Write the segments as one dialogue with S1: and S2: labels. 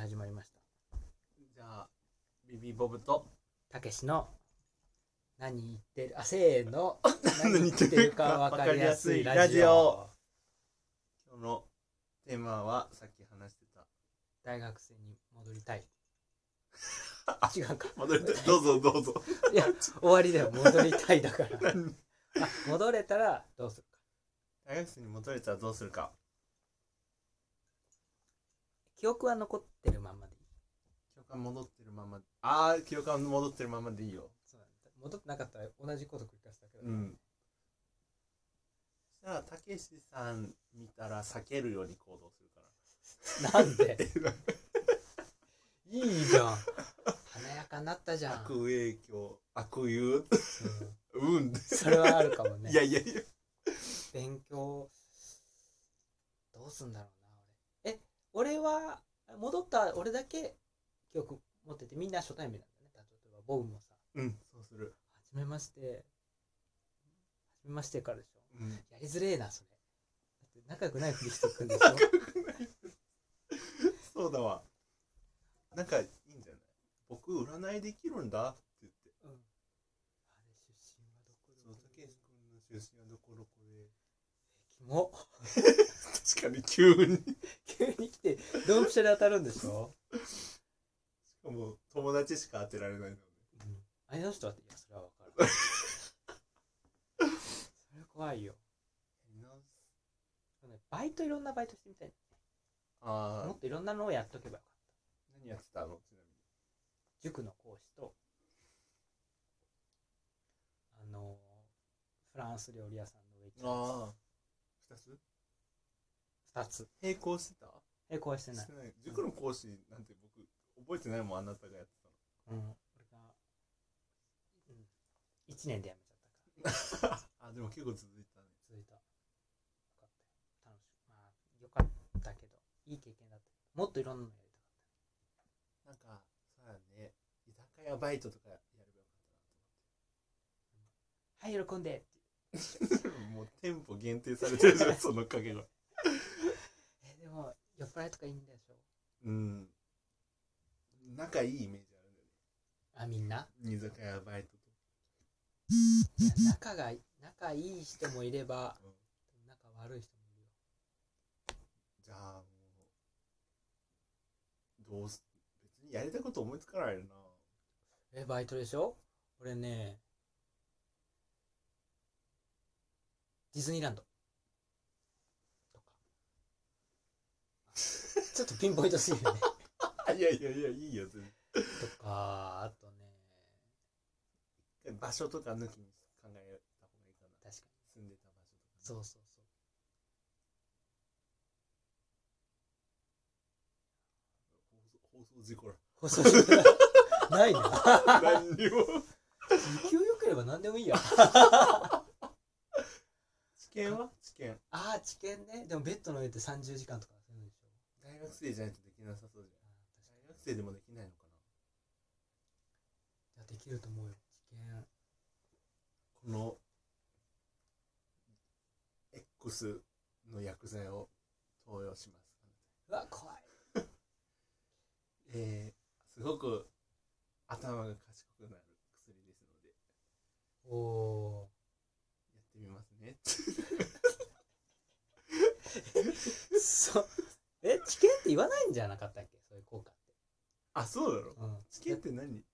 S1: 始まりました
S2: じゃあ、ビビボブと。
S1: たけしの何言ってるあせーの 何言ってるか分かりやすいラジオ
S2: 今日のテーマは、さっき話してた。
S1: 大学生に戻りたい違うか
S2: 戻りたい。どうぞどうぞ。
S1: いや終わりだよ戻りたいだから あ戻れたらどうするか
S2: 大学生に戻れたらどうするか。
S1: 記憶は残ってるまんまでいい
S2: 記憶が戻ってるまま。ああ、記憶が戻ってるままでいいよ。
S1: そうなんだ戻ってなかったら同じこと繰り返すだけど、
S2: うん。そしたら、たけしさん見たら避けるように行動するか
S1: なんでいいじゃん華やかになったじ
S2: ら。
S1: ゃん、
S2: 悪影響、悪言
S1: うん
S2: う。うん。
S1: それはあるかもね
S2: いやいやいや。
S1: 勉強どうすんだろうな俺え俺は戻った俺だけ記憶持っててみんな初対面なんだね例えばボブもさ
S2: うん、そうする。
S1: 初めまして初めましてからでしょ
S2: うん。
S1: やりづれえなそれだって仲良くないふりしてくんでしょ
S2: そうだわ。なんかいいんじゃない僕、占いできるんだって言って。
S1: うんあれ出身はどこど
S2: そう、
S1: こ
S2: たけし君の出身はどこどこで。
S1: キモ
S2: 確かに急に。し
S1: 急に来てドンピシャで当たるんでしょ、
S2: かも、友達しか当てられないので。
S1: うん、あれの人はっていやそれは分かるそれ怖いよバイトいろんなバイトしてみたいな。も
S2: ああ
S1: っ、といろんなのをやっとけばよかっ
S2: 何やってたのちなみに。
S1: た。塾の講師と、あのーフランス料理屋さんのウェイトレス
S2: ああ。二つ
S1: 二つ。
S2: 並行してた
S1: 並行はしてない
S2: し。てない。塾の講師なんて僕、覚えてないもん、あなたがやって
S1: うん。俺が、うん。一年で辞めちゃったから。
S2: たの。あ、でも結構続いたね。
S1: 続いた。よかったよ。楽しい。まあ、よかったけど、いい経験だった。もっといろんなのやりたかっ
S2: なんか、そうだね。居酒屋バイトとかやればよか
S1: た。はい、喜んでって。
S2: ったな。 もう店舗限定されてるじゃん、その影が。
S1: え、でも、酔っ払いとかいいんでしょ
S2: うん。仲いいイメージあるんだよね。
S1: あ、みんな
S2: 居酒屋バイトと
S1: いや仲が仲いい人もいれば、
S2: うん
S1: 仲悪い人もいるよ
S2: じゃあもうどうす別にやりたいこと思いつかないよな
S1: えバイトでしょ俺ねディズニーランドとか ちょっとピンポイントすぎるね
S2: あいやいやいやいいよ全
S1: とかあとね
S2: 然場所とか抜きに考えた方がいいかな
S1: 確かに
S2: 住んでた場所とか
S1: そうそうそう
S2: 放送放送事故ら
S1: 放送事故だ ないな
S2: 何にも
S1: 時給良ければ何でもいいや
S2: 知見は知見
S1: ああ知見ねでもベッドの上って30時間とかするんでしょ
S2: 大学生じゃないとできなさそうじ
S1: あ
S2: ゃ
S1: ー確か
S2: ん
S1: に
S2: 大学生でもできないのか
S1: いやできると思うよ知見
S2: なこの X の薬剤を投与します
S1: うわ怖い
S2: えー、すごく頭が賢くなる薬ですので
S1: おお
S2: やってみますね
S1: ーそえ知見って言わないんじゃなかったっけそういう効果って、
S2: あ、そうだろ
S1: うん、
S2: チケって何
S1: 知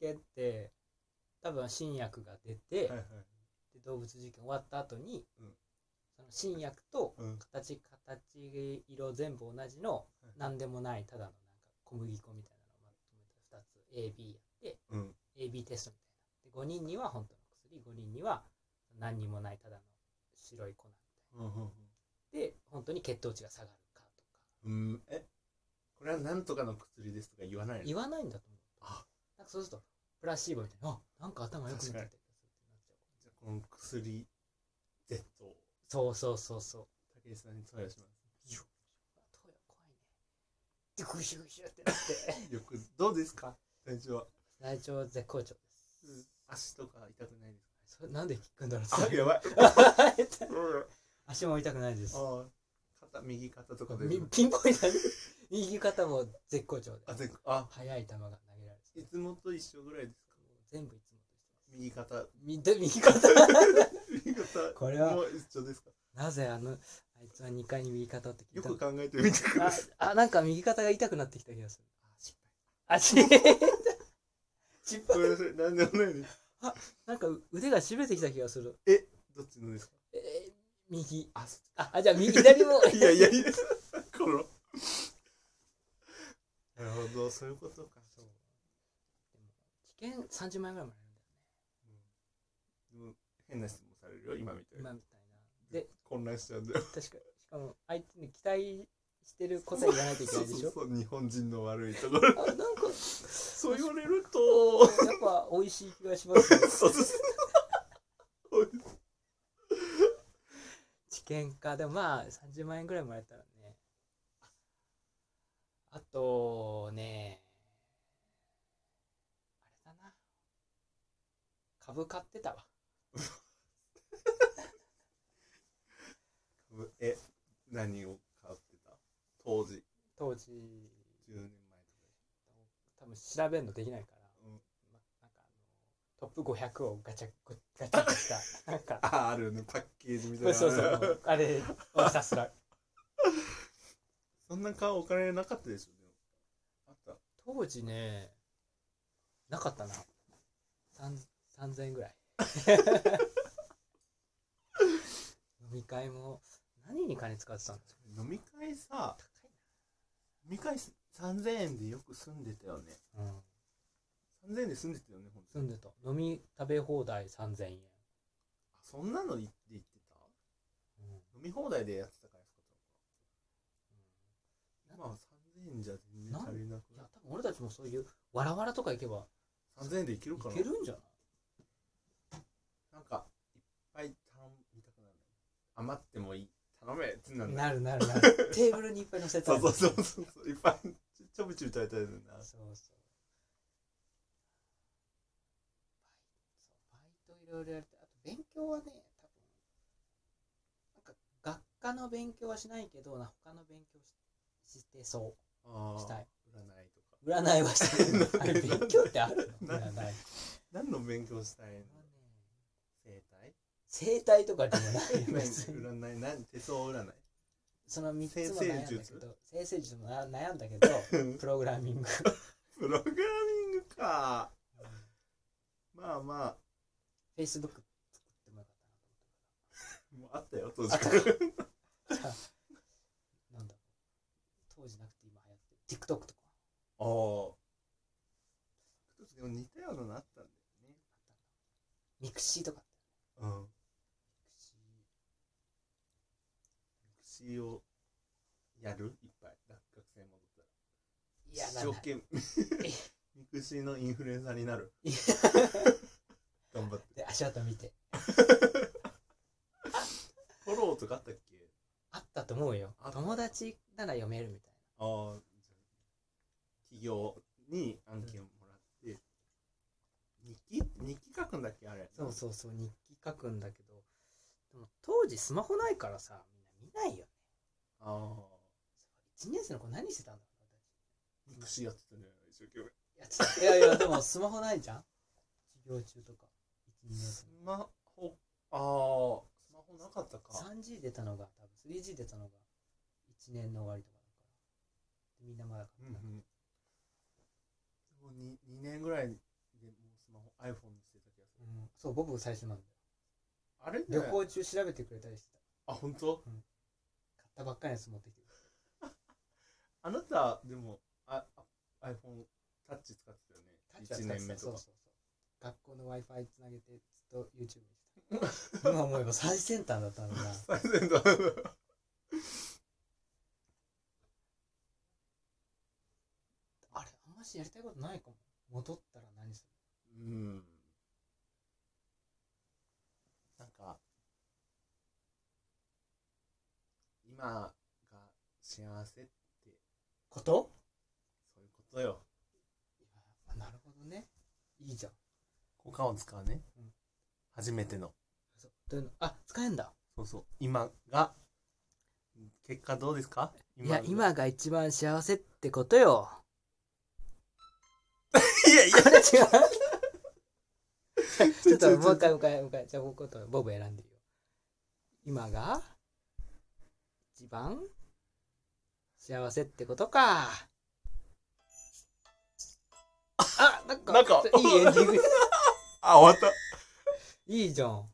S1: 見って多分新薬が出て、
S2: はいはい。
S1: で動物実験終わった後に、
S2: うん
S1: その新薬と
S2: うん。
S1: 形形色全部同じの
S2: い
S1: 何でもないただのなんか小麦粉みたいなのをまとめて2つ AB やって
S2: うん。
S1: AB テストみたいなで5人には本当の薬5人には何にもないただの白い粉みたいなで本当に血糖値が下がるかとか
S2: うん。え、これはなんとかの薬ですとか言わないの
S1: 言わないんだと思う
S2: あ
S1: なんかそうするとプラシーボみたいなあなんか頭良くなったって
S2: じゃあこの薬、Z を、
S1: そうそうそうそう
S2: 武井さんに投与しま
S1: シュッ投与怖いねでグシュグシュってなって
S2: す。よく、どうですか体調は。
S1: 大腸絶好調です
S2: 足とか痛くないです
S1: それなんで聞くんだろう
S2: か
S1: それ
S2: やばい。
S1: 足も痛くないです
S2: ああ、肩右肩とかで
S1: みピンポイントで右肩も絶好調で
S2: あぜあ
S1: 速い球が投げられて
S2: いつもと一緒ぐらいですか
S1: 全部いつもと一緒
S2: 右肩
S1: みで右肩
S2: 右肩
S1: これは
S2: もう一緒ですか
S1: なぜあのあいつは2回に右肩って聞い
S2: よ
S1: たの
S2: く考えてみてくだ
S1: あ
S2: さい
S1: あなんか右肩が痛くなってきた気がするあ
S2: あ失
S1: し 失
S2: 敗ご
S1: 敗
S2: めんなさい何でもないです
S1: なんか腕がしびれてきた気がする
S2: どっちのですか
S1: えー右
S2: あそ
S1: ああじゃあ右左も
S2: いやいやいやこの なるほどそういうことか
S1: そうでも危険30万円ぐらいもらえるんだよ
S2: うんでも変な質問されるよ今みたいな
S1: 今みたいなで
S2: 混乱しちゃうんだよ
S1: 確かしかも相手に期待してる答え言わないといけ
S2: そ
S1: ない
S2: う
S1: で
S2: そ
S1: しょ
S2: うそう日本人の悪いところ
S1: あなんか
S2: そう言われると
S1: やっぱ美味しい気がします、ね、
S2: そうそうそう
S1: 知見かでもまあ30万円ぐらいもらえたらねあとねあれだな株買ってたわ
S2: え何を買ってた当時
S1: 当時
S2: 10年前と
S1: 多分調べるのできないから、
S2: うん
S1: まなんかあのトップ500をガチャガチャガチャしたなん か
S2: かあああるよねパッケージみたい
S1: そう
S2: な
S1: そうそう あれをひたすら
S2: そんな買うお金なかったでしょでもあった
S1: 当時ねなかったな三3000円ぐらい 飲み会も何に金使ってたんですか
S2: 飲み会さ
S1: 高
S2: 飲み会3000円でよく住んでたよね
S1: いな、うん、
S2: 3000円で住んでたよね本当
S1: 住ん
S2: に
S1: でた飲み食べ放題3000円、
S2: そんなの言って言ってた
S1: うん
S2: 飲み放題でやってたからそうかまあ3000円じゃ全然足りなく
S1: い
S2: な
S1: や
S2: い
S1: 多分俺たちもそういうわらわらとか行けば
S2: 3000円でいけるか
S1: 行
S2: な
S1: けるんじゃない
S2: なんかいっぱい頼みたくなる余ってもいい頼めってなる
S1: なるなるなるテーブルにいっぱい乗せた
S2: そ
S1: いう
S2: そうそうそうそういっぱいちょちょびちょび食べたいのにな
S1: そうそうバイトそうバイトいろいろやりたいあと勉強はね多分なんか学科の勉強はしないけどな他の勉強ししてそ
S2: あ
S1: う
S2: ー
S1: したい
S2: 占いとか
S1: 占いはしたいあれ
S2: なんで
S1: 勉強ってあるの
S2: な
S1: 占
S2: ん
S1: い
S2: で
S1: はね
S2: 何の勉強したい の生態
S1: 生態とかでもないよ別に
S2: 占い何手相占い
S1: その3つも悩んだけ
S2: 先生
S1: ど先生術もな悩んだけどプログラミング
S2: プログラミングかまあまあ
S1: Facebook 作ってもよかったな
S2: もうあったよ当時
S1: あ
S2: か
S1: と
S2: ら
S1: なんだろう当時なくて今流行ってる TikTok とか
S2: あー一つでも似たようなのあったんだ
S1: ミクシーとか
S2: よねうん口をやるいっぱい学生戻っ
S1: いや
S2: た
S1: な
S2: ら
S1: ん
S2: 一
S1: だ
S2: 生懸 命ミクシーのインフルエンサーになる
S1: いや
S2: 頑張って
S1: で足跡見て
S2: フォローとかあったっけ
S1: あったと思うよ
S2: あった
S1: 友達なら読めるみたい
S2: ああ企業に案件をもらって、日記日記書くんだっけあれ
S1: なそうそうそう日記書くんだけどでも当時スマホないからさみんな見ないよね
S2: ああ
S1: 1年生の子何してたんだろ
S2: ミクシーやってたね一生懸命
S1: う私いやついやいやでもスマホないじゃん授業中とか1 2年
S2: ス
S1: 生
S2: マホああスマホなかったか
S1: 3G 出たのが多分 3G 出たのが1年の終わりとかだからみんなまだ買っ
S2: うんう
S1: てなかった
S2: んもう 2, 二年ぐらいでもうスマホ iPhone にしてた気がす
S1: う
S2: る
S1: んそう僕も最初なんだよ
S2: あれね
S1: 旅行中調べてくれたりしてた
S2: あ本当
S1: 買ったばっかりのやつ持ってきて
S2: あなたでもああ iPhone タッチ使ってたよね1年目
S1: そ
S2: と
S1: う
S2: か
S1: そうそう学校の w i f i つなげてずっと YouTube 見てた今思えば最先端だったんだな
S2: 最先端
S1: あれあんましやりたいことないかも戻ったら何す
S2: うんなんか今が幸せって
S1: ること
S2: そういうことよ
S1: あなるほどねいいじゃん
S2: 効果を使うね、
S1: うん
S2: 初めての
S1: そうどういうのあ使えんだ
S2: そうそう今が結果どうですか
S1: いや、今が一番幸せってことよ。
S2: いやいや
S1: これ違うちょっともう一
S2: ち
S1: 回
S2: ょ
S1: もう一回もう一回じゃあ僕とボブ選んでいいよ今が一番幸せってことかあなんか
S2: なんか
S1: いいエンディング
S2: あ終わった
S1: いいじゃん